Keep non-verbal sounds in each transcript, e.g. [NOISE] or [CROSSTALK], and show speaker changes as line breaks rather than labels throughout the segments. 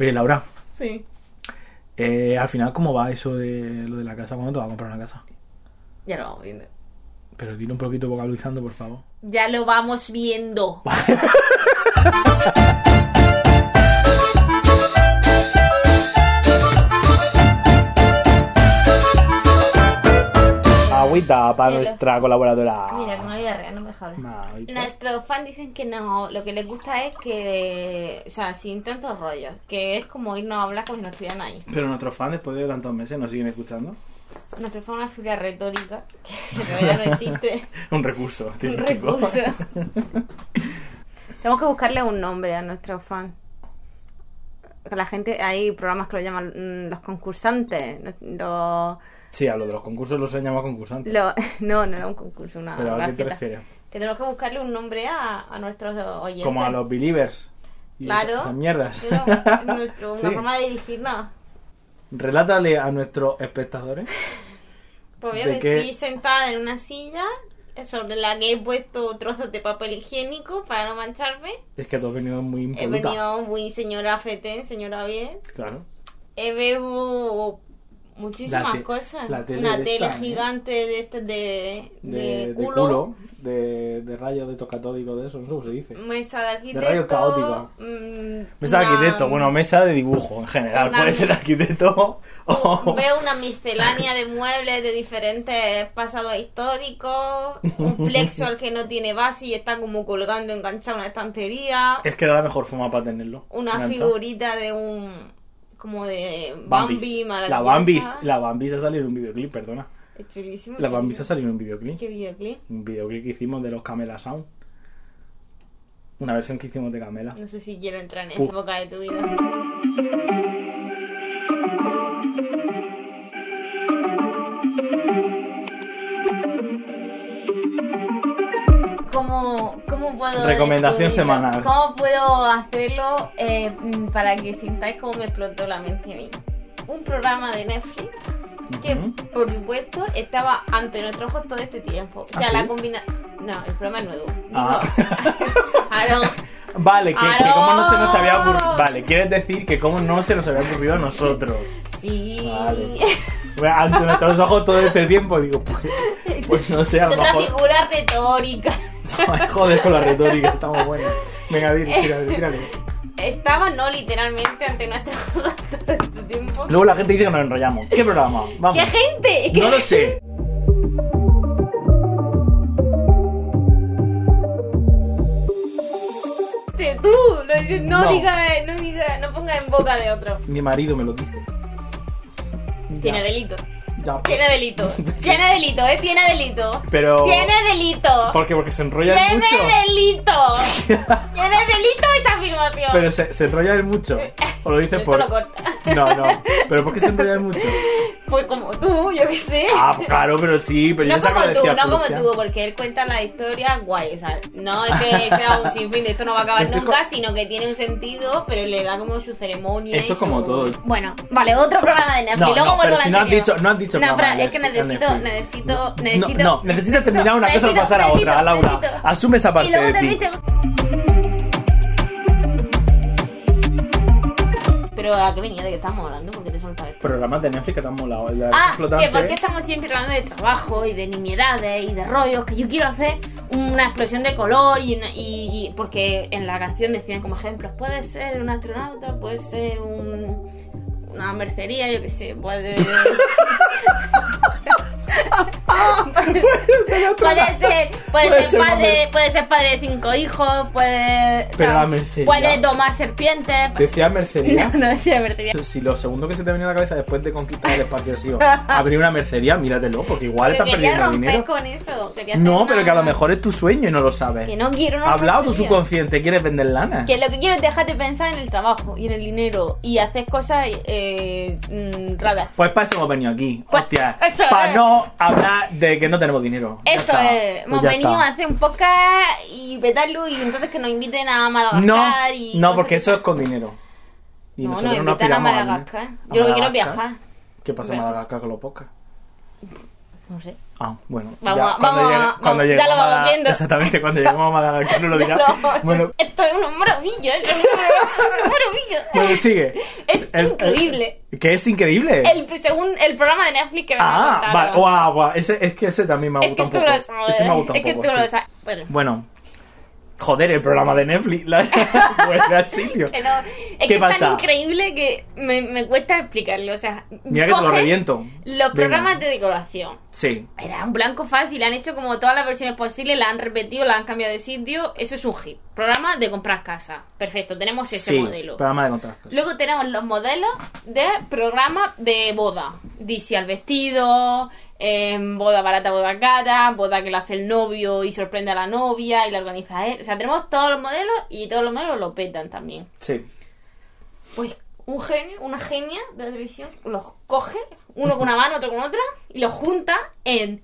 Oye, Laura,
Sí.
eh, al final, ¿cómo va eso de lo de la casa? ¿Cuándo te vas a comprar una casa?
Ya lo vamos viendo.
Pero dilo un poquito vocalizando, por favor.
Ya lo vamos viendo.
Agüita para
Hello.
nuestra colaboradora.
Mira, con la vida real no me deja hablar.
Nah, ¿viste?
Nuestros fans dicen que no, lo que les gusta es que, o sea, sin tantos rollos, que es como irnos a hablar como si no estuvieran ahí.
Pero nuestros fans, después de tantos meses, nos siguen escuchando. [LAUGHS]
Nuestro fan es una figura retórica, que [LAUGHS] en realidad
[LAUGHS]
no existe,
Un recurso.
un
típico. [LAUGHS]
recurso. Tenemos que buscarle un nombre a nuestros fans. Que La gente, hay programas que lo llaman mm, los concursantes, no- los...
Sí, a lo de los concursos los he llamado concursantes.
lo- [LAUGHS] no, no era un concurso, una...
Pero ¿a qué te
gracieta.
refieres?
Que tenemos que buscarle un nombre a, a nuestros oyentes.
Como a los believers. Y
Claro.
Esas, esas mierdas.
Pero es nuestro- una
Sí.
forma de dirigirnos.
[LAUGHS] Relátale a nuestros espectadores.
Pues
¿De
yo
qué?
estoy sentada en una silla eh, sobre la que he puesto trozos de papel higiénico para no mancharme.
Es que tú has venido muy
He
impoluta.
venido muy señora Feten, señora bien.
Claro.
He bebo muchísimas
La te-
cosas.
la tele
una
de
tele
esta, ¿eh?
gigante de, este- de,
De,
de
de
culo.
de, de rayos de tocatódico de eso, no sé cómo se dice.
Mesa de arquitecto.
De rayos caóticos.
mm,
Mesa de
una-
arquitecto, bueno, mesa de dibujo en general.
Una-
Puede ser arquitecto o.
[LAUGHS] Veo una miscelánea de muebles de diferentes pasados históricos,
[LAUGHS]
un flexor que no tiene base y está como colgando, enganchado a una estantería,
Es que era la mejor forma para tenerlo.
una
Enganchado.
figurita de un... como de
Bambis.
Bambi
La
maravillosa.
Bambis. La Bambis ha salido en un videoclip, perdona.
Es chulísimo.
La
chulísimo.
Bambis ha salido en un videoclip.
¿Qué videoclip?
Un videoclip que hicimos de los Camela Sound. Una versión que hicimos de Camela.
No sé si quiero entrar en esa
Pu-
época de tu vida. ¿Cómo, cómo puedo
Recomendación
descubrirlo?
semanal.
¿Cómo puedo hacerlo eh, mm, para que sintáis cómo me explotó la mente a mí? Un programa de Netflix que,
Ujú.
por supuesto, estaba ante nuestros ojos todo este tiempo. O
¿Ah,
sea, la
sí?
combina... No, el programa es nuevo. Digo, [LAUGHS]
Ah.
Aaron,
Vale, que, que
¡Aló!
como no se nos había ocurrido. Vale, quieres decir que como no se nos había ocurrido a nosotros.
Sí.
Vale. Bueno, ante nuestros ojos todo este tiempo digo,
[LAUGHS]
pues, pues no sé, a
es
lo
otra
mejor.
figura retórica.
Joder con la retórica, estamos buenos. Venga, dile, tírale, tírale.
Estaba no literalmente ante nuestros ojos [LAUGHS] todo este tiempo.
Luego la gente dice que nos enrollamos. ¿Qué programa? Vamos.
¡Qué gente!
No lo sé.
gente! ¡Tú! No, digas- no
No.
digas, no digas, no pongas en boca de otro.
Mi marido me lo dice.
Tiene
Ya,
delito.
ya.
Tiene
[LAUGHS]
delito. Tiene delito, eh. Tiene delito.
Pero.
Tiene delito.
¿Por qué? Porque se enrolla
Tiene
él mucho. [LAUGHS]
delito. Tiene delito esa afirmación.
Pero se, se enrolla él mucho. O lo dices
Esto
por.
lo corta.
No, no. Pero ¿por qué se enrolla él mucho?
Pues como tú, yo qué sé.
Ah, pues claro, pero sí. Pero
No
yo sabía
como
que
tú,
decía
no como
Prusia.
tú, porque él cuenta la historia guay, o sea, no es
[LAUGHS]
que sea un sinfín de esto no va a acabar
Eso es
nunca,
co-
sino que tiene un sentido, pero le da como su ceremonia.
Eso
y
es como
su-
todo.
Bueno, vale, otro programa de Netflix.
No,
Luego
no,
vuelvo
pero
a la
si no has
anterior.
dicho- no has dicho
No, pero
programa de
es que
Netflix,
necesito,
de Netflix.
necesito,
No,
necesito.
no, necesitas terminar una cosa
necesito,
para pasar a
necesito,
otra, Laura.
necesito.
Asume esa parte
Y luego
de ti.
también tengo- Pero a qué venía de que estábamos hablando, porque te soltaba esto.
Programas de Netflix que te han molado. El de la
Ah,
versión
que por
flotante.
qué estamos siempre hablando de trabajo y de nimiedades y de rollos, que yo quiero hacer una explosión de color y, una- y- y- porque en la canción decían como ejemplos, puede ser un astronauta, puede ser un, una mercería, yo qué sé,
[LAUGHS]
puede,
Soy otro
puede
lado.
ser, puede,
Puede
ser,
ser
padre,
mamel.
puede ser padre de cinco hijos, puede,
Pero la mercería.
puede domar serpientes,
Decía mercería.
[LAUGHS] no, no decía mercería.
Si lo segundo que se te venía a la cabeza después de conquistar el espacio ha
[LAUGHS]
sido abrir una mercería, míratelo, porque igual
Pero
estás
quería
perdiendo
romper
dinero.
con eso, quería hacer
No,
una-
pero que a lo mejor es tu sueño y no lo sabes.
que no quiero una
Hablado tu
mercería.
subconsciente, quieres vender lana.
Que lo que quiero es dejar de pensar en el trabajo y en el dinero y hacer cosas eh, mm, raras.
Pues para eso hemos venido aquí.
Pues,
Hostia.
eso
Para
es.
no hablar de que no tenemos dinero. Ya
Eso
está.
es,
Pues
hemos
ya
venido
está.
a hacer un podcast y petarlo y entonces que nos inviten a Madagascar
No,
y...
no,
cosas
porque
que-
eso es con dinero. Y
No,
nosotros
nos
no
invitan a
aspiramos
Madagascar.
a
Yo lo que quiero
Madagascar.
es viajar.
¿Qué pasa en Madagascar con los podcasts?
No sé.
Ah, bueno.
Vamos
ya,
a-
cuando
vamos
llegue-
a-
cuando
vamos- ya
lleguemos
lo
a
vamos
Mada-
viendo.
Exactamente, cuando lleguemos a Madagascar no lo dirá.
[LAUGHS] No,
[LAUGHS] Bueno,
Esto es una maravilla, esto es una maravilla, una maravilla.
[LAUGHS] bueno, sigue.
Es increíble.
que es increíble.
El, según el programa de Netflix que me
ah,
contaron.
vale. Guau, guau. Ese, es que ese también me
Es
gusta
que
un
tú
poco.
lo sabes.
Ese me gusta un
es que tú
poco,
lo
sí.
sabes. Bueno,
Bueno. Joder, el programa de Netflix. La... [LAUGHS] Fuera de sitio.
que no. Es
¿Qué
que es
pasa?
tan increíble que me, me cuesta explicarlo. O sea,
Mira que te lo
cogen
reviento.
Los
Venga.
programas de decoración.
Sí.
Era un blanco fácil, han hecho como todas las versiones posibles, la han repetido, la han cambiado de sitio. Eso es un hit. Programa de comprar casa. Perfecto, tenemos ese
sí,
modelo.
programa de contrastes.
Luego tenemos los modelos de programas de boda. Dice al vestido, em, boda barata, boda cara, boda que la hace el novio y sorprende a la novia y la organiza él. O sea, tenemos todos los modelos y todos los modelos lo petan también.
Sí.
Pues un genio, una genia de la televisión los coge, uno con una mano, otro con otra, y los junta en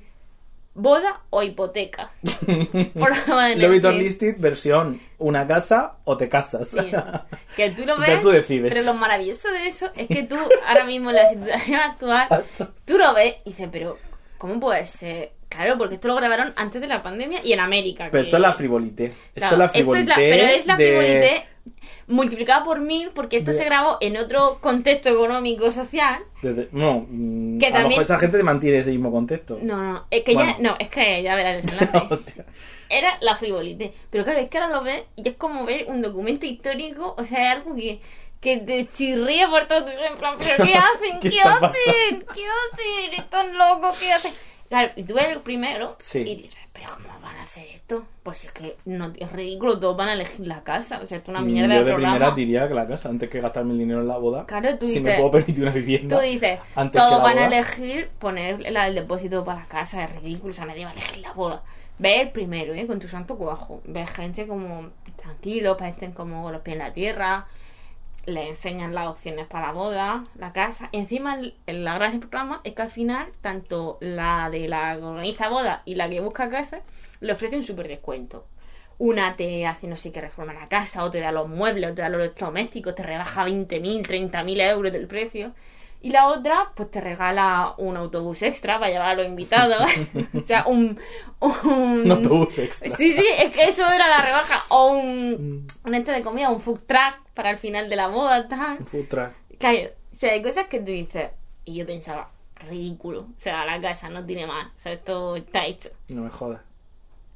boda
[LAUGHS]
o hipoteca. Programa de
Love It or
Netflix.
Listed, versión una casa o te casas. [LAUGHS]
Sí. Que tú lo
Ya
ves.
tú decides.
Pero lo maravilloso de eso es que tú, ahora mismo en la situación actual, tú lo ves y dices, pero, ¿cómo puede ser? Claro, porque esto lo grabaron antes de la pandemia y en América.
Pero
que-
esto es la frivolité. Esto
Claro,
es la frivolité.
pero es la
de-
frivolité multiplicada por mil, porque esto
de-
se grabó en otro contexto económico, social.
de- no, mm,
Que
a lo
también-
mejor esa gente te mantiene ese mismo contexto. [LAUGHS]
No, no, es que
Bueno.
ya. No, es que ya verás el desenlace.
[LAUGHS] Hostia.
Era la frivolité. Pero claro, es que ahora lo ves y es como ver un documento histórico, o sea, es algo que, que te chirría por todo tu en plan, ¿pero qué
[LAUGHS]
hacen?
¿Qué
¿Qué,
está
hacen? ¿Qué hacen? Están locos, ¿qué hacen? Claro, y tú ves el primero
Sí.
y dices, ¿pero cómo van a hacer esto? Pues si es que no, es ridículo, todos van a elegir la casa, o sea, esto es una
Mm, Yo
mierda
de
de programa.
primera diría que la casa, antes que gastarme el dinero en la boda,
Claro, tú
si
dices-
me puedo permitir una vivienda.
Tú dices,
antes que
todos
la
van a
boda.
elegir poner la- el depósito para la casa, es ridículo, o sea, nadie va a elegir la boda. Ves el primero, ¿eh? Con tu santo cuajo. Ves gente como tranquilos, parecen como con los pies en la tierra. Le enseñan las opciones para la boda, la casa. Y encima, el- la gracia del programa es que al final, tanto la de la que organiza boda y la que busca casa, le ofrece un súper descuento. Una te hace no sé qué reforma la casa, o te da los muebles, o te da los domésticos, te rebaja 20.000, 30.000 euros del precio. Y la otra, pues te regala un autobús extra para llevar a los invitados. [LAUGHS] o sea, un. un...
Un autobús extra.
mm,
Mm,
Sí, sí, es que eso era la rebaja. O un. Un este de comida, un food truck para el final de la boda, tal.
Un food truck.
Claro, o sea, hay cosas que tú dices. Y yo pensaba, ridículo. O sea, la casa no tiene más. O sea, esto está hecho.
No me jodas.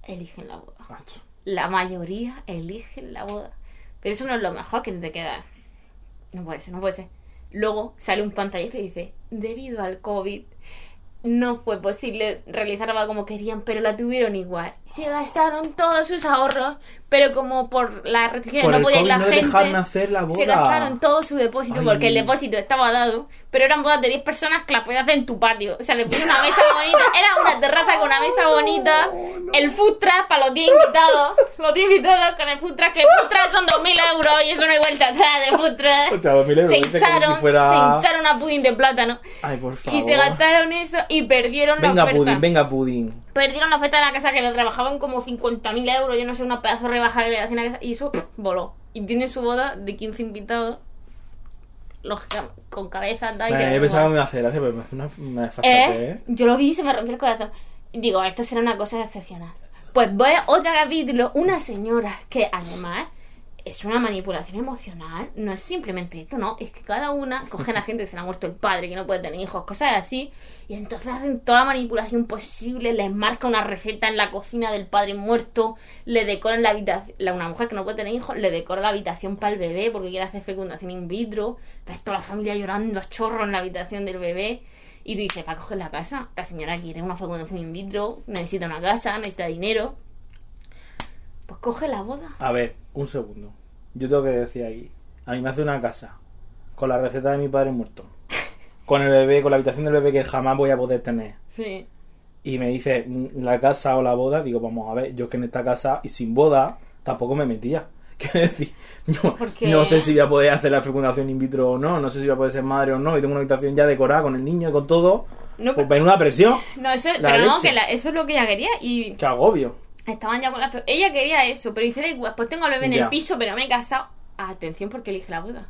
Eligen la boda.
macho.
La mayoría eligen la boda. Pero eso no es lo mejor que te queda. No puede ser, no puede ser. Luego sale un pantallazo y dice, debido al COVID, no fue posible realizar la boda como querían, pero la tuvieron igual. Se gastaron todos sus ahorros, pero como por las restricciones
Por
no
el
podía ir
COVID
la
no
gente,
dejaron hacer la boda.
se gastaron todo su depósito
Ay.
porque el depósito estaba dado, pero eran bodas de 10 personas que las podías hacer en tu patio. O sea, le puse una mesa bonita, era una terraza con una mesa bonita, el food truck para los 10 invitados, los 10 invitados con el food truck, que el food truck son 2.000 euros y eso no hay vuelta atrás de food
O
truck.
sea, 2000 euros,
Se
dice como
hincharon,
si fuera-
se hincharon a pudín de plátano.
Ay, por favor.
Y se gastaron eso y perdieron la
Venga,
oferta.
pudín, venga, pudín.
Perdieron la oferta de la casa que le rebajaban como 50.000 euros, yo no sé, una pedazo de rebaja que le hacían a la casa. Y eso pff, voló. Y tienen su boda de 15 invitados. Los ca- con cabeza, tal. y
Venga,
se-
yo Eh, pensaba que me iba a hacer gracia, pero me hace una, una desfachate,
¿Eh?
¿eh?
Yo lo vi y se me rompió el corazón. Y Digo, esto será una cosa excepcional. Pues voy a otro capítulo, una señora que además es una manipulación emocional, no es simplemente esto, no, es que cada una [LAUGHS] cogen a gente que se le ha muerto el padre, que no puede tener hijos, cosas así, y entonces hacen toda la manipulación posible, les marca una receta en la cocina del padre muerto, le decoran la habitación, la, una mujer que no puede tener hijos, le decora la habitación para el bebé porque quiere hacer fecundación in vitro, entonces toda la familia llorando a chorro en la habitación del bebé, y tú dices, ¿para coger la casa? La señora quiere una fecundación in vitro, necesita una casa, necesita dinero. Pues coge la boda.
A ver, un segundo. Yo tengo que decir ahí. A mí me hace una casa. Con la receta de mi padre
[LAUGHS]
muerto. Con el bebé, con la habitación del bebé que jamás voy a poder tener.
Sí.
Y me dice, mm, la casa o la boda. Digo, vamos a ver, yo es que en esta casa y sin boda tampoco me metía. [LAUGHS] Quiero decir, yo
Porque-
no sé si voy a poder hacer la fecundación in vitro o no. No sé si voy a poder ser madre o no. Y tengo una habitación ya decorada con el niño y con todo.
No,
pues
pero-
ven una presión.
No, eso,
La
pero no,
leche.
que la- eso es lo que ella quería y
Qué agobio.
estaban ya con la fe. Ella quería eso, pero dice, "Da igual, pues tengo al bebé en
Ya.
el piso, pero me he casado. Atención porque elige la boda.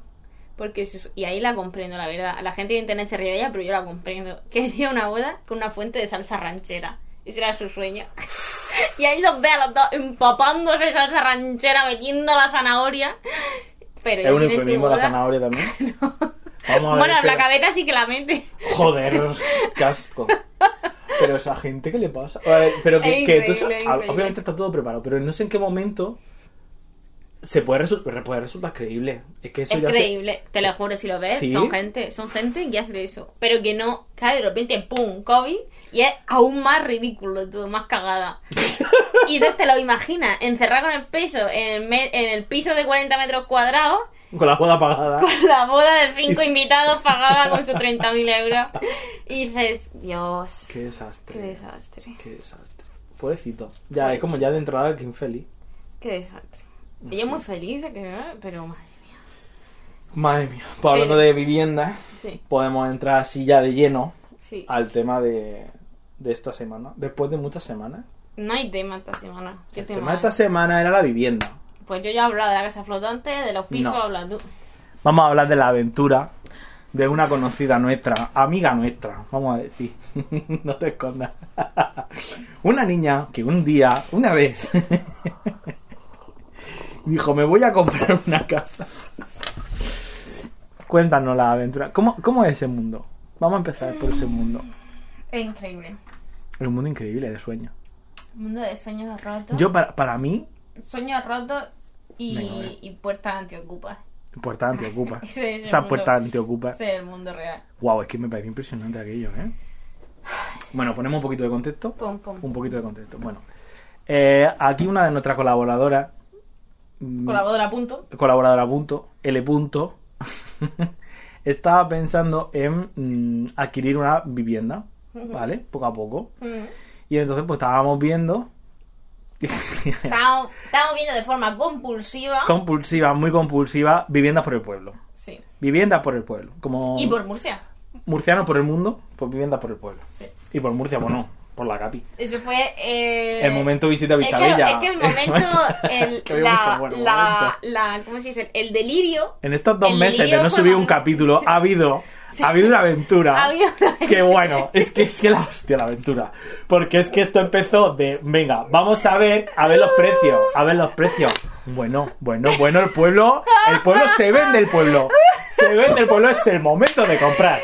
Porque, su- y ahí la comprendo, la verdad. La gente de internet se ríe de ella, pero yo la comprendo. Que hacía una boda con una fuente de salsa ranchera. Ese era su sueño. [LAUGHS] y ahí los ve a los dos empapándose de salsa ranchera, metiendo la zanahoria. Pero
Es
ella
un
tiene su
eufemismo la
boda.
zanahoria también.
[LAUGHS]
Vamos a ver.
Bueno, la
espera.
cabeza sí que la mete.
Joder, casco. Pero esa gente, ¿qué le pasa? A ver, Pero que,
Es
que tú sa-
increíble, es
a-
increíble.
obviamente está todo preparado, pero no sé en qué momento se puede, resu- puede resultar creíble. Es que eso
es
ya se-
creíble, te lo juro si lo ves,
¿Sí?
son gente, son gente que hace eso, pero que no cae de repente pum, COVID y es aún más ridículo todo, más
[LAUGHS]
cagada. y entonces te lo imaginas, encerrado en el peso, en el, me- en el piso de 40 metros cuadrados,
con la boda apagada.
con la boda de cinco
Y-
invitados pagada con
[LAUGHS]
sus 30.000 euros. Y dices, Dios,
Qué desastre.
qué desastre,
Qué desastre. Pobrecito. Ya, es como ya de entrada que infeliz.
qué desastre. Y yo muy feliz de que, ¿eh? pero madre mía,
Madre mía. Pues hablando de vivienda,
sí,
podemos entrar así ya de lleno
sí.
al tema de, de esta semana. Después de muchas semanas.
No hay tema esta semana. ¿Qué
El
tema
tema de
hay?
esta semana era la vivienda.
Pues yo ya he hablado de la casa flotante, de los pisos,
No.
habla tú.
Vamos a hablar de la aventura de una conocida nuestra, amiga nuestra, vamos a decir. [LAUGHS] no te escondas. [LAUGHS] una niña que un día, una vez, [LAUGHS] dijo, me voy a comprar una casa. Cuéntanos la aventura. ¿Cómo, ¿Cómo es ese mundo? Vamos a empezar por ese mundo.
Es increíble.
Es un mundo increíble de sueños.
Mundo de sueños rotos.
Yo, para, para mí,
Sueños rotos y,
Venga, a ver.
y puertas antiocupas.
puerta antiocupa.
Ese es el
Esa
mundo.
puerta antiocupa.
Ese es el mundo real.
Wow, es que me pareció impresionante aquello, ¿eh? Bueno, ponemos un poquito de contexto.
Pum, pum.
Un poquito de contexto. Bueno, eh, aquí una de nuestras colaboradoras. mm,
Colaboradora, punto.
Colaboradora punto, L punto. [LAUGHS] estaba pensando en mm, adquirir una vivienda, ¿vale? Poco a poco.
Mm.
Y entonces, pues estábamos viendo. [LAUGHS]
Estamos, estamos viendo de forma compulsiva.
compulsiva, muy compulsiva, viviendas por el pueblo.
Sí.
Viviendas por el pueblo. Como
Y por Murcia.
murcianos por el mundo, pues viviendas por el pueblo.
Sí.
Y por Murcia, pues no, por la capi.
Eso fue. eh,
El momento visita
Es que,
Vistabella.
es
[LAUGHS]
que el momento. el-
Que había
la,
mucho buen
la,
momento.
la- ¿Cómo se dice? El delirio.
En estos dos
el
meses
lío
de no
fue
subir
más-
un capítulo, ha habido, ha habido una aventura.
Ha habido una-
Que bueno, es que es que la hostia la aventura. Porque es que esto empezó de, venga, vamos a ver, a ver los precios, a ver los precios. Bueno, bueno, bueno, el pueblo, el pueblo se vende el pueblo. Se vende el pueblo, es el momento de comprar.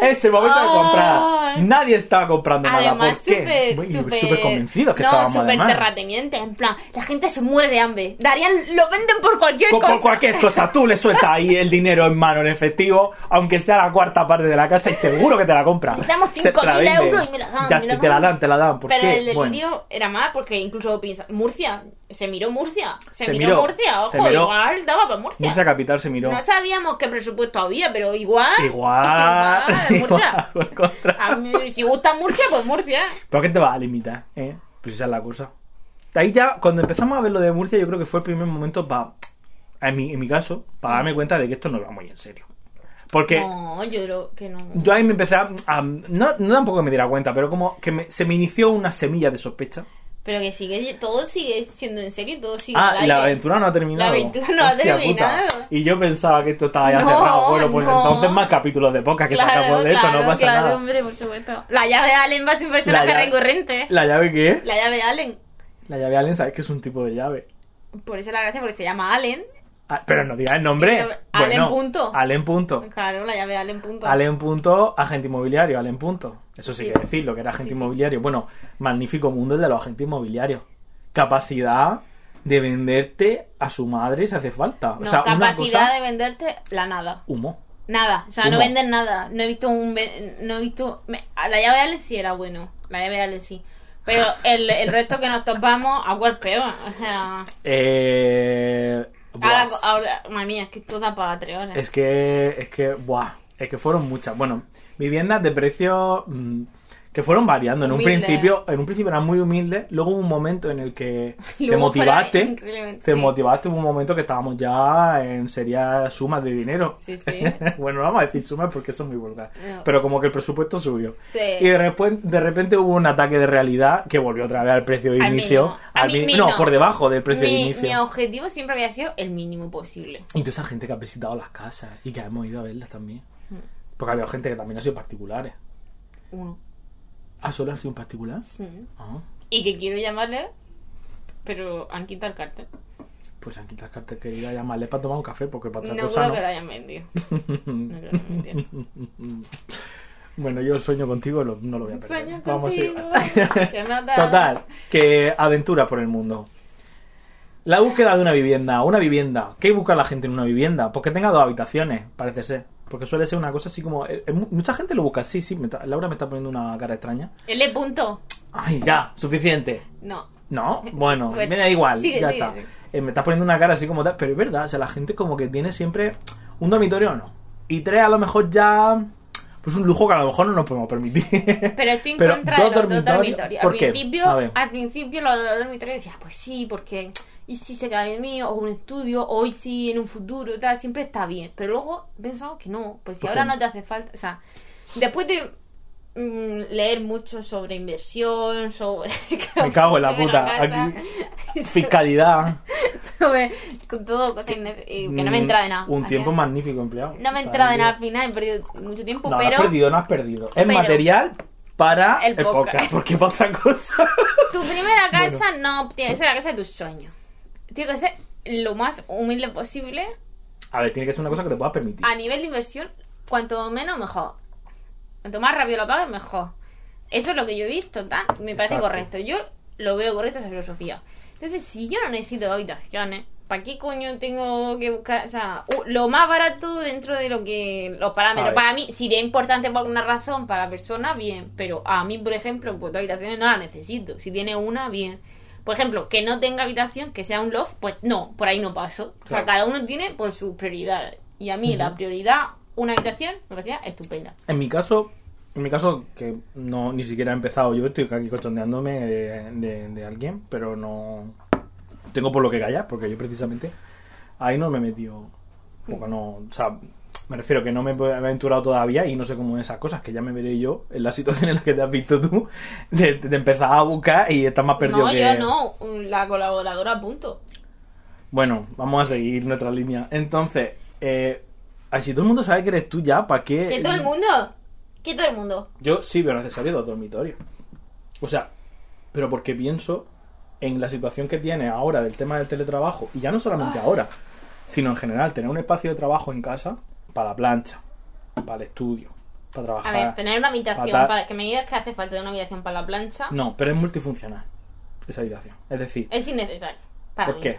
Es el momento de comprar.
Ay.
Nadie estaba comprando nada.
Además,
¿Por qué?
súper,
Muy-
súper.
súper convencidos que
no,
estábamos
súper
además.
terrateniente. En plan, la gente se muere de hambre. Darían, lo venden
[LAUGHS]
por cualquier
Co-
cosa.
Por cualquier cosa, tú le sueltas ahí el dinero en mano, en efectivo, aunque sea la cuarta parte de la casa y seguro que te la compra.
Necesitamos
Se te la
5.000
vende.
euros y me la dan,
Ya,
me la
te la
dan.
dan, te la dan. ¿Por
Pero
qué?
el delirio
Bueno,
era más porque incluso piensa, Murcia, se miró Murcia, se,
Se
miró,
miró,
Murcia, ojo,
se miró.
igual daba para Murcia.
Murcia Capital se miró.
No sabíamos qué presupuesto había, pero igual.
[LAUGHS] Igual,
[LAUGHS] igual, Murcia.
igual, por contra.
A mí, si gusta Murcia, pues Murcia.
¿Pero qué te vas a limitar? Eh? Pues esa es la cosa. Ahí ya, cuando empezamos a ver lo de Murcia, yo creo que fue el primer momento para, en mi, en mi caso, para darme cuenta de que esto no va muy en serio. Porque
No, yo creo que no.
yo ahí me empecé a... a- no, no tampoco me diera cuenta, pero como que me- se me inició una semilla de sospecha.
Pero que sigue, todo sigue siendo en serio, todo sigue.
Ah,
al
y la
aire.
aventura no ha terminado.
La aventura no ha
Hostia
terminado.
puta. Y yo pensaba que esto estaba ya
No,
cerrado. Bueno, pues
no.
entonces más capítulos de poca que sacamos de esto, no pasa
claro,
nada.
hombre, por supuesto. La llave de Allen va a ser un personaje
llave-
recurrente. La...
¿La llave qué es?
llave de Allen.
La llave Allen, sabes que es un tipo de llave.
Por eso la gracia, porque se llama Allen.
Ah, pero no digas el nombre.
Pero, Allen
Bueno,
punto.
Allen punto.
Claro, la llave de Allen, punto.
Allen punto, agente inmobiliario, Allen punto. Eso sí,
Sí.
que decirlo, que era agente
Sí, sí.
inmobiliario. Bueno, magnífico mundo el de los agentes inmobiliarios. Capacidad de venderte a su madre si hace falta.
No,
o sea, una
capacidad
cosa...
de venderte la nada.
Humo.
Nada, o sea, no
Humo.
venden nada. No he visto un. ve- No he visto. me- a la llave de Allen sí era bueno. La llave de Allen sí. Pero el, el resto que nos topamos, a cuál peor. O sea.
Eh...
Ahora,
buah.
ahora- madre mía, es que esto da para tres horas.
Es que, es que, buah, es que fueron muchas. Bueno, viviendas de precio mm, que fueron variando. En un
Humilde.
principio, en un principio eran muy humildes, luego hubo un momento en el
[LAUGHS]
que te
Luego
motivaste.
fuera increíblemente,
Te
sí.
motivaste hubo un momento que estábamos ya en serias sumas de dinero. [LAUGHS]
Sí, sí.
bueno, no vamos a decir sumas porque eso es muy vulgar.
No.
Pero como que el presupuesto subió.
Sí.
Y de repente, de repente hubo un ataque de realidad que volvió otra vez al precio de
Al
inicio.
mínimo. A mí
mi-
mínimo.
No, por debajo del precio de
mi,
inicio.
mi objetivo siempre había sido el mínimo posible.
Y toda esa gente que ha visitado las casas y que hemos ido a verlas también.
Hmm.
Porque había gente que también ha sido particulares.
Uno.
Ah, solo ha sido un particular.
Sí.
Ah,
Y que quiero llamarle, pero han quitado el cartel.
pues han quitado el cartel que iba a llamarle para tomar un café porque para otra
No
cosa
creo
no.
que la hayan vendido.
[LAUGHS]
No creo que la hayan vendido.
Bueno, yo sueño contigo, lo- no lo voy a perder.
Sueño
Vamos a ir.
contigo.
[LAUGHS]
Te mata.
Total, que aventura por el mundo. La búsqueda de una vivienda, una vivienda. ¿Qué busca la gente en una vivienda? Pues que tenga dos habitaciones, parece ser. Porque suele ser una cosa así como... eh, eh, mu- mucha gente lo busca, sí, sí. me está- Laura me está poniendo una cara extraña.
L punto.
Ay, ya, suficiente.
No.
No, bueno,
Bueno,
me da igual,
sigue,
ya
sigue,
está.
sigue.
Eh, me estás poniendo una cara así como tal, pero es verdad, o sea, la gente como que tiene siempre un dormitorio o no. Y tres a lo mejor ya... Pues un lujo que a lo mejor no nos podemos permitir.
[LAUGHS] Pero estoy en
Pero
contra
dos
de los dos
dormitorios,
dormitorios.
¿por
al,
qué?
Principio,
A ver.
al principio los dos dormitorios decía, pues sí, porque y si se queda en mí, o un estudio, o y si en un futuro, tal, siempre está bien. Pero luego pensamos que no, pues si
¿Por
ahora
qué?
no te hace falta, o sea, después de mm, leer mucho sobre inversión, sobre... [LAUGHS]
Me cago en la
sobre
puta,
casa, [LAUGHS]
Fiscalidad.
sobre- con todo, cosas inne- y que no me entra de nada.
Mm, Un
al
tiempo
final.
magnífico empleado.
No me entra de nada al final, he perdido mucho tiempo,
No, no
pero
has perdido, no has perdido. Es
pero-
material para el,
El
podcast. [LAUGHS]
podcast.
porque para otra cosa.
Tu primera casa no tiene que ser la casa de tus sueños. Tiene que ser lo más humilde posible.
A ver, tiene que ser una cosa que te puedas permitir.
A nivel de inversión, cuanto menos, mejor. Cuanto más rápido lo pagues, mejor. Eso es lo que yo he visto, tal. Me parece
Exacto.
correcto. Yo lo veo correcto esa filosofía. Entonces, si yo no necesito habitaciones, ¿para qué coño tengo que buscar? O sea, u- lo más barato dentro de lo que. Los
A
parámetros.
ver.
Para mí, si es importante por alguna razón para la persona, bien. Pero a mí, por ejemplo, pues dos habitaciones no las necesito. Si tiene una, bien. Por ejemplo, que no tenga habitación, que sea un loft, pues no, por ahí no paso. O
Claro.
sea, cada uno tiene por sus prioridades. Y a mí la prioridad, una habitación, me parecía estupenda.
En mi caso, en mi caso, que no ni siquiera he empezado, yo estoy aquí cochondeándome de, de- de alguien, pero no tengo por lo que callar, porque yo precisamente ahí no me he metido. Porque no, o sea, me refiero que no me he aventurado todavía y no sé cómo esas cosas, que ya me veré yo en la situación en la que te has visto tú, de, de empezar a buscar y estás más perdido
no,
que
yo no, la colaboradora, punto.
Bueno, vamos a seguir nuestra línea. Entonces, eh, ay, si todo el mundo sabe que eres tú ya, ¿para qué?
Que todo el mundo, que todo el mundo.
Yo sí veo necesario dos dormitorios. O sea, pero porque pienso en la situación que tiene ahora del tema del teletrabajo, y ya no solamente ahora, sino en general, tener un espacio de trabajo en casa para la plancha, para el estudio, para
A
trabajar.
ver, tener una habitación,
Fatal.
para que me digas que hace falta una habitación para la plancha,
No, pero es multifuncional esa habitación. Es decir,
es innecesario. Para
¿por
mí.
qué?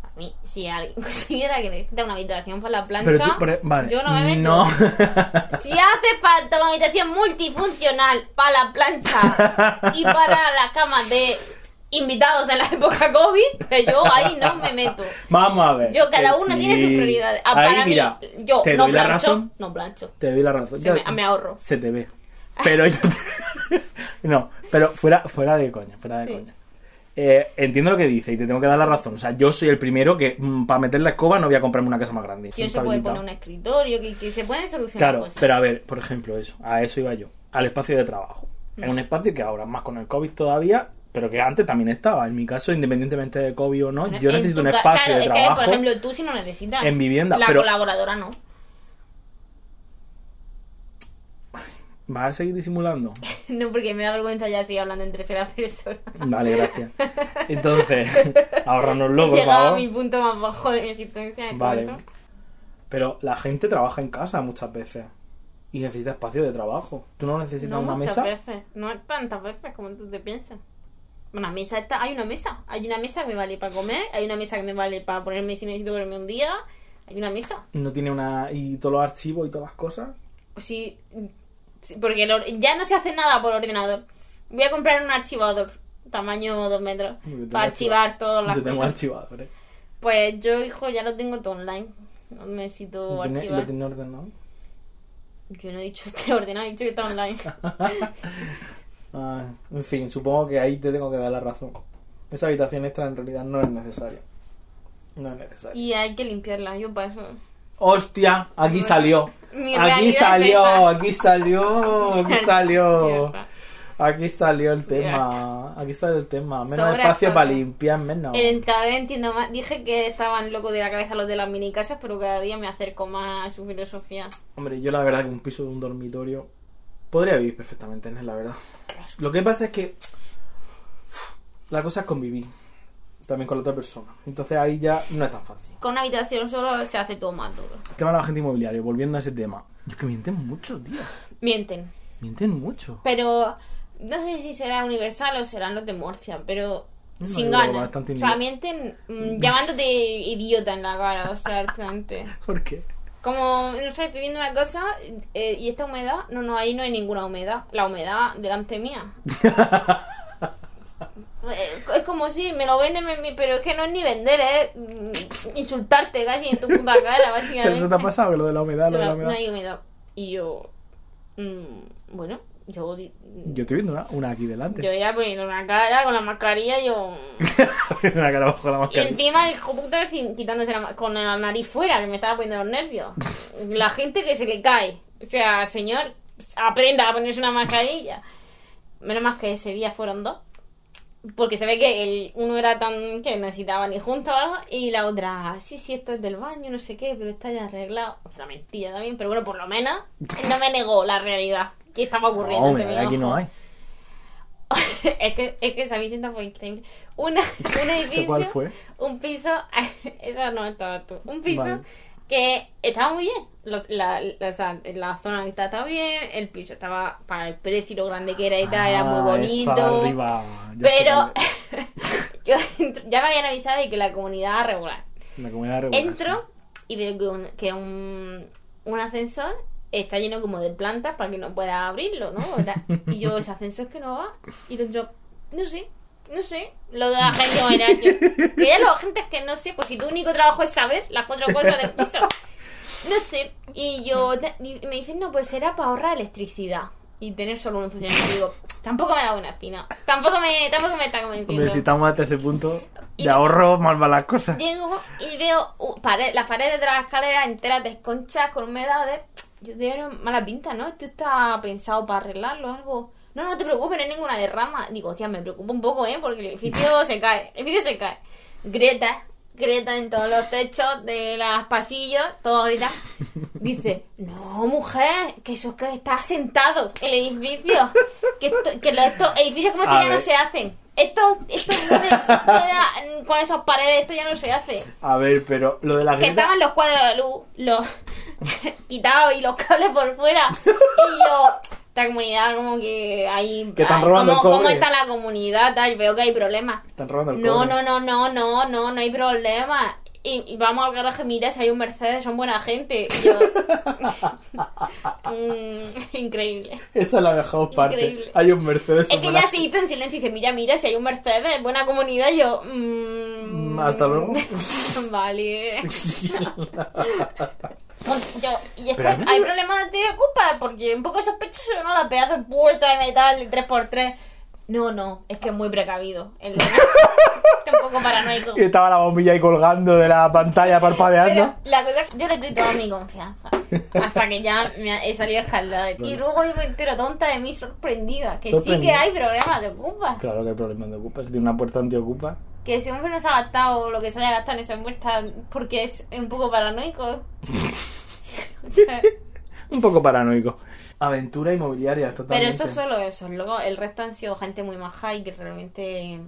Para mí, si alguien [LAUGHS] considera que necesita una habitación para la plancha,
Pero tú, por- e- vale,
yo no me meto.
No.
[LAUGHS] Si hace falta una habitación multifuncional para la plancha
[LAUGHS]
y para la cama de invitados en la época COVID, que yo ahí no me meto.
[LAUGHS] Vamos a ver.
Yo, cada
que
uno
Pues sí.
tiene sus prioridades. Ah,
Ahí,
para mí,
mira,
yo
te
no
doy la
plancho,
razón.
no plancho.
Te doy la razón.
Se me- me ahorro.
Se te ve. Pero yo- [LAUGHS] no, pero fuera, fuera de coña, fuera de
Sí.
coña. Eh, entiendo lo que dice y te tengo que dar la razón. O sea, yo soy el primero que para meter la escoba no voy a comprarme una casa más grande.
¿Quién
Está
se puede
habilitado.
poner Pues un escritorio? Que, que se pueden solucionar
Claro,
cosas.
pero a ver, por ejemplo, eso, a eso iba yo, al espacio de trabajo. Es
Mm.
un espacio que ahora, más con el COVID todavía, pero que antes también estaba. En mi caso, independientemente de COVID o no,
Bueno,
yo
en
necesito
tu
un
ca-
espacio
claro,
de
es
trabajo.
que, por ejemplo, tú sí no necesitas.
en vivienda,
La
pero-
colaboradora no.
¿Vas a seguir disimulando?
[LAUGHS] No, porque me da vergüenza ya seguir hablando en tercera
[LAUGHS]
persona.
Vale, gracias.
[LAUGHS]
Entonces, ahorranoslo, por
Llegaba
favor.
a mi punto más bajo de mi existencia. en este
Vale.
momento.
Pero la gente trabaja en casa muchas veces y necesita espacio de trabajo. ¿Tú no necesitas
No
una
muchas
mesa?
veces, no tantas veces como tú te piensas. Una mesa está, hay una mesa, hay una mesa que me vale para comer, hay una mesa que me vale para ponerme si necesito ponerme un día, hay una mesa.
Y no tiene una y todos los archivos y todas las cosas.
Si, si- porque el or- ya no se hace nada por ordenador. Voy a comprar un archivador, tamaño 2 metros,
Yo tengo
para archivar todas las
Yo tengo
cosas.
archivadores.
[LAUGHS] Pues yo, hijo, ya lo tengo todo online. No necesito
¿Lo tiene,
archivar.
lo tiene ordenado?
[LAUGHS] Yo no he dicho que esté ordenado, he dicho que está online.
[LAUGHS] Ah, en fin, supongo que ahí te tengo que dar la razón. Esa habitación extra en realidad no es necesaria. No es necesaria.
Y hay que limpiarla, yo para eso.
¡Hostia! Aquí salió.
Mi
Aquí
realidad
salió,
es
aquí
[LAUGHS]
salió, Oh, aquí salió.
Mierda.
Aquí salió el
Mierda.
tema. Aquí salió el tema. Menos
Sobra
espacio
espacio.
para limpiar, menos.
En- cada vez entiendo más. Dije que estaban locos de la cabeza los de las mini casas, pero cada día me acerco más a su filosofía.
Hombre, yo la verdad que un piso de un dormitorio podría vivir perfectamente en él, la verdad. Lo que pasa es que la cosa es convivir también con la otra persona. Entonces ahí ya no es tan fácil.
Con una habitación solo se hace todo más duro.
Tema de la gente inmobiliaria, volviendo a ese tema. Es que mienten mucho, tío.
Mienten.
Mienten mucho.
Pero no sé si será universal o serán los de Murcia, pero
No, yo
sin
creo que
ganas.
bastante
O sea,
idiota.
mienten
[LAUGHS]
mm, llamándote idiota en la cara, o sea, hartante.
¿Por qué?
Como, no sé, estoy viendo una cosa eh, y esta humedad, no, no, ahí no hay ninguna humedad. La humedad
[LAUGHS]
delante mía. Eh, Es como si me lo venden, me- me- pero es que no es ni vender, es mm, insultarte casi en
[LAUGHS]
tu puta cara,
¿Pero
básicamente.
eso te ha pasado? Lo de la humedad,
Se
lo de
la-
la
no
humedad.
hay humedad. Y yo, mm, bueno, yo, di-
Yo estoy viendo una, una aquí
yo
delante.
ya poniendo una cara con la mascarilla, yo...
[LAUGHS]
mm,
una cara bajo la
Y
mascarilla.
encima, hijo puta, sin, quitándose la, ma- con la nariz fuera, que me estaba poniendo
[LAUGHS]
los nervios. La gente que se le cae. O sea, señor, aprenda a ponerse una mascarilla. Menos más que ese día fueron dos. Porque se ve que el uno era tan que necesitaban ir juntos o algo, y la otra, "Ah, sí, sí, esto es del baño, no sé qué, pero está ya arreglado. O sea, mentira también, pero bueno, por lo menos no me negó la realidad. ¿Qué estaba
No,
ocurriendo? ante
mira,
mis
aquí no
ojos?
hay.
[LAUGHS] es que, es que esa visita fue increíble.
[LAUGHS]
Una, un edificio.
cuál fue?
Un piso. [LAUGHS] esa no estaba tú. Un piso
Vale.
que estaba muy bien. Lo- La, la, o sea, la zona que estaba, estaba bien. El piso estaba para el precio y lo grande que era y tal. era muy
Ah, esa
bonito.
de arriba, ya sé
pero
cuál
[LAUGHS] yo entro- ya me habían avisado de que la comunidad era regular.
es.
[LAUGHS]
La comunidad regular,
Entro y veo que un, que un, un ascensor está lleno como de plantas para que no pueda abrirlo, ¿no? O sea, Y yo, ese ascensor que no va. Y lo otro, no sé, no sé. Lo de la gente bueno, yo- Que ya la gente es que no sé, pues si tu único trabajo es saber las cuatro cosas del piso. No sé. Y yo, y me dicen, no, pues será para ahorrar electricidad. Y tener solo un funcionamiento. Y digo, tampoco me da buena espina. Tampoco me, tampoco me está
sí. Hombre,
convenciendo.
si estamos hasta ese punto
Y
de
no-
ahorro, más va las cosas.
Llego y veo uh, pare- las paredes de la escalera enteras desconchadas con humedades. Yo digo, no, mala pinta, ¿no? Esto está pensado para arreglarlo o algo. No, no te preocupes, no hay ninguna derrama. Digo, hostia, me preocupa un poco, ¿eh? Porque el edificio se cae. El edificio se cae. Grietas, grietas en todos los techos de los pasillos, todo ahorita. Dice, no, mujer, que eso es que está sentado el edificio. Que, esto- que lo- estos edificios como
A
este ya no
ver.
se hacen. Esto, esto no se- queda- con esas paredes, esto ya no se hace.
A ver, pero lo de la
Que
grieta.
estaban los cuadros de luz, los [LAUGHS] quitados y los cables por fuera. Y yo, esta comunidad como que ahí...
Que están
ay,
robando
¿cómo,
el cobre?
cómo está la comunidad? Tal, veo que hay problemas.
Están robando el
No,
cobre.
no, no, no, no, no, no hay problema. Y, y vamos al garaje, mira si hay un Mercedes, son buena gente. Y yo, [LAUGHS] mm, [LAUGHS] increíble.
Esa es la mejor parte.
Increíble.
Hay un Mercedes.
Es
un
que ya
Mercedes.
se hizo en silencio y dice, mira, mira si hay un Mercedes, buena comunidad. Y yo, mm,
Mm, hasta luego.
[LAUGHS]
[LAUGHS]
vale. Bueno, yo- y es que
Pero a mí-
hay problemas de culpa porque un poco sospechoso, ¿no? La pedazo de puerta de metal 3x3. No, no, es que es muy precavido. El [LAUGHS] Tampoco paranoico.
Y estaba la bombilla ahí colgando de la pantalla
[LAUGHS] Pero
parpadeando.
la cosa es que yo le doy toda mi confianza. Hasta que ya me ha- he salido escaldada. Y luego yo me entero tonta de mí sorprendida. Que sí que
Sorprendida.
hay programas de ocupa.
Claro que hay problemas de ocupas. Si tiene una puerta antiocupa.
Que ese hombre no se ha gastado lo que se haya gastado en esa envuelta porque es un poco paranoico. [LAUGHS] O sea,
Un poco paranoico. Aventura inmobiliaria,
pero
totalmente.
eso solo eso. Luego el resto han sido gente muy maja y que realmente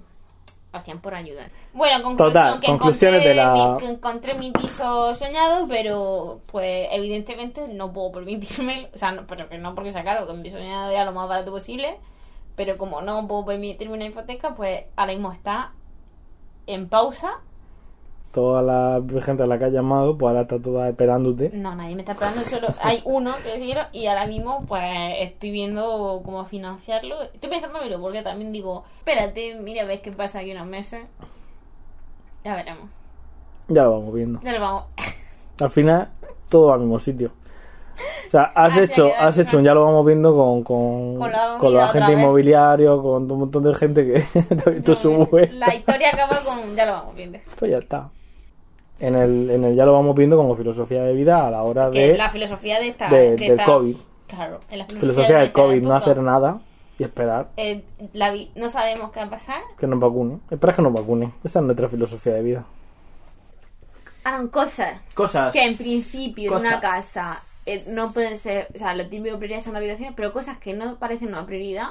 hacían por ayudar. Bueno, conclusión,
Total,
que,
conclusiones
encontré
de la-
mi, que encontré mi piso soñado, pero pues evidentemente no puedo [LAUGHS] permitirme, o sea, no, pero que no porque sacaron, que mi piso soñado era lo más barato posible, pero como no puedo permitirme una hipoteca, pues ahora mismo está en pausa.
Toda la gente a la que has llamado, pues ahora está toda esperándote.
No, nadie me está esperando,
[LAUGHS]
solo hay uno que quiero y ahora mismo pues estoy viendo cómo financiarlo. Estoy pensándomelo porque también digo, espérate, mira a ver qué pasa aquí unos meses. Ya veremos.
Ya lo vamos viendo. [LAUGHS]
Ya lo vamos.
Al final, todo va al mismo sitio. O
[LAUGHS]
sea, has
Así ha
hecho,
quedado
has hecho, un
claro.
ya lo vamos viendo con, con,
Ah, Con
con la
la movida otra
gente
vez.
inmobiliario, con un montón de gente que [LAUGHS] te ha visto su
No, eh,
web.
La historia acaba con un ya lo vamos viendo.
Pues ya está. En el, en el ya lo vamos viendo como filosofía de vida a la hora
Que
de,
la filosofía de esta.
de-
de
del
esta-
COVID.
Claro, en la filosofía,
Filosofía
de
del
esta
COVID, no
época,
hacer nada y esperar
eh, la vi- no sabemos qué va a pasar.
que nos vacunen. Esperar que nos vacunen. Esa es nuestra filosofía de vida.
Harán cosas
Cosas.
que en principio en una
Cosas.
casa eh, no pueden ser. O sea, lo típico prioridad son habitaciones, pero cosas que no parecen una prioridad.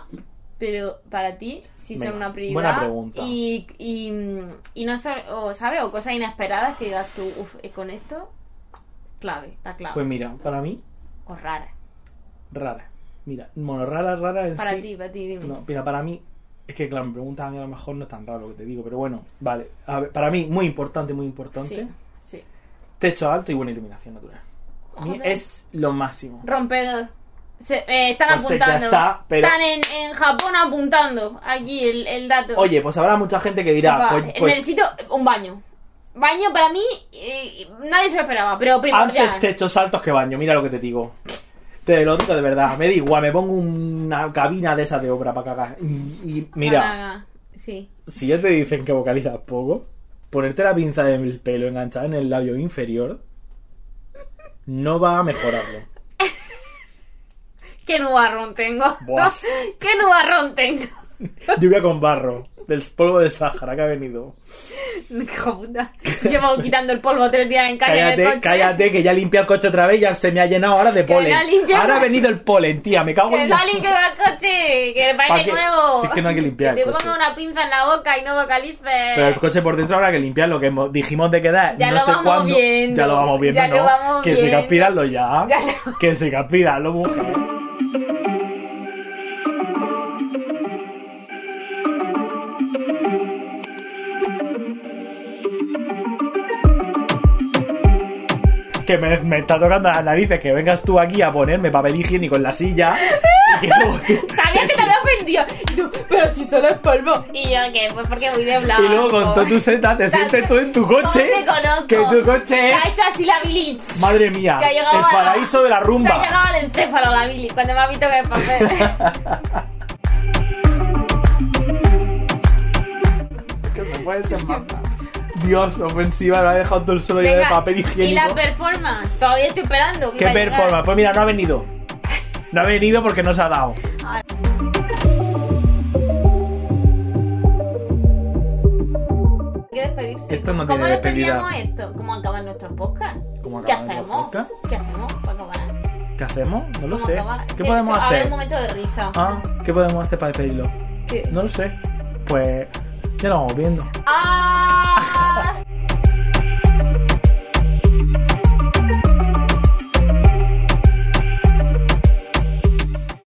Pero para ti sí
Venga,
son una prioridad.
buena pregunta.
Y, y, mm, y no son, o, ¿sabes? O cosas inesperadas que digas tú, uff, con esto, clave, está clave.
Pues mira, para mí,
o raras.
rara. Mira, bueno, rara, rara en
Para
sí.
ti, para ti, dime.
No, mira, para mí, es que claro, me preguntas a mí a lo mejor no es tan raro lo que te digo, pero bueno, vale. A ver, para mí, muy importante, muy importante.
sí, sí.
Techo alto y buena iluminación natural. A mí
Joder.
es lo máximo.
Rompedor. Se- eh, están
Pues sé que
apuntando.
está, pero-
Están en, en Japón apuntando aquí el, el dato.
Oye, pues habrá mucha gente que dirá,
Va,
pues, pues
necesito un baño. Baño para mí, eh, nadie se lo esperaba, pero primordial.
antes techos altos que baño, mira lo que te digo. Te lo digo de verdad, me da igual, me pongo una cabina de esas de obra para cagar. Y, y mira,
Para- Sí.
si ya te dicen que vocalizas poco, ponerte la pinza del pelo enganchada en el labio inferior no va a mejorarlo.
Qué nubarrón tengo.
Buah.
[LAUGHS] Qué nubarrón tengo. [LAUGHS]
Lluvia con barro, del polvo de Sáhara que ha venido.
Hijo puta. Llevo quitando el polvo tres días en calle en el
Cállate,
coche.
cállate, que ya limpia el coche otra vez, ya se me ha llenado ahora de
Que
polen.
la limpia-
Ahora ha venido el polen, tía, me cago
Que
en
no
la...
limpio el coche, que
¿Para
parece
qué?
nuevo.
Si es que no hay que limpiar
te
el coche.
ponga una pinza en la boca y no vocalices.
Pero
[LAUGHS]
el coche por dentro habrá que limpiar lo que hemos- dijimos de quedar.
Ya
no
lo
sé
vamos
cuándo.
viendo.
Ya lo vamos viendo,
Ya lo
¿no?
vamos
que se que
viendo.
aspirarlo ya.
[LAUGHS] Ya lo-
Que se que aspirarlo, mujer. Que me, me está tocando las narices que vengas tú aquí a ponerme papel higiénico en la
[LAUGHS]
silla. y que luego te-
Sabía que te había ofendido. Y tú, pero si solo es polvo. Y yo, que Pues porque voy de blanco.
Y luego con todo tu seta te
Sabes
sientes tú en tu coche.
¿Cómo te conozco?
Que tu coche
Te ha
es.
hecho así la Billy.
Madre mía,
Te ha llegado
el
a-
paraíso de la
Te ha
rumba.
llegado al encéfalo la Billy cuando me ha visto con
[LAUGHS]
el papel.
Que se puede ser Dios, ofensiva, lo ha dejado todo el suelo lleno de
Venga,
papel higiénico.
Y la performance. Todavía estoy esperando. que
¿Qué
iba a llegar.
performance? Pues mira, no ha venido. No ha venido porque no se ha dado.
Ay. Hay que despedirse.
Esto no
¿Cómo
tiene
despedíamos esto? ¿Cómo acaban nuestros podcasts?
¿Cómo
¿Qué
acaban nuestros
hacemos?
podcasts?
¿Qué hacemos para acabar?
¿Qué hacemos? No lo
¿Cómo
sé.
acabar?
¿Qué
Sí,
podemos
eso, A ver,
hacer?
un momento de risa.
Ah, ¿qué podemos hacer para despedirlo?
¿Qué?
No lo sé. Pues ya lo vamos viendo.
¡Ah!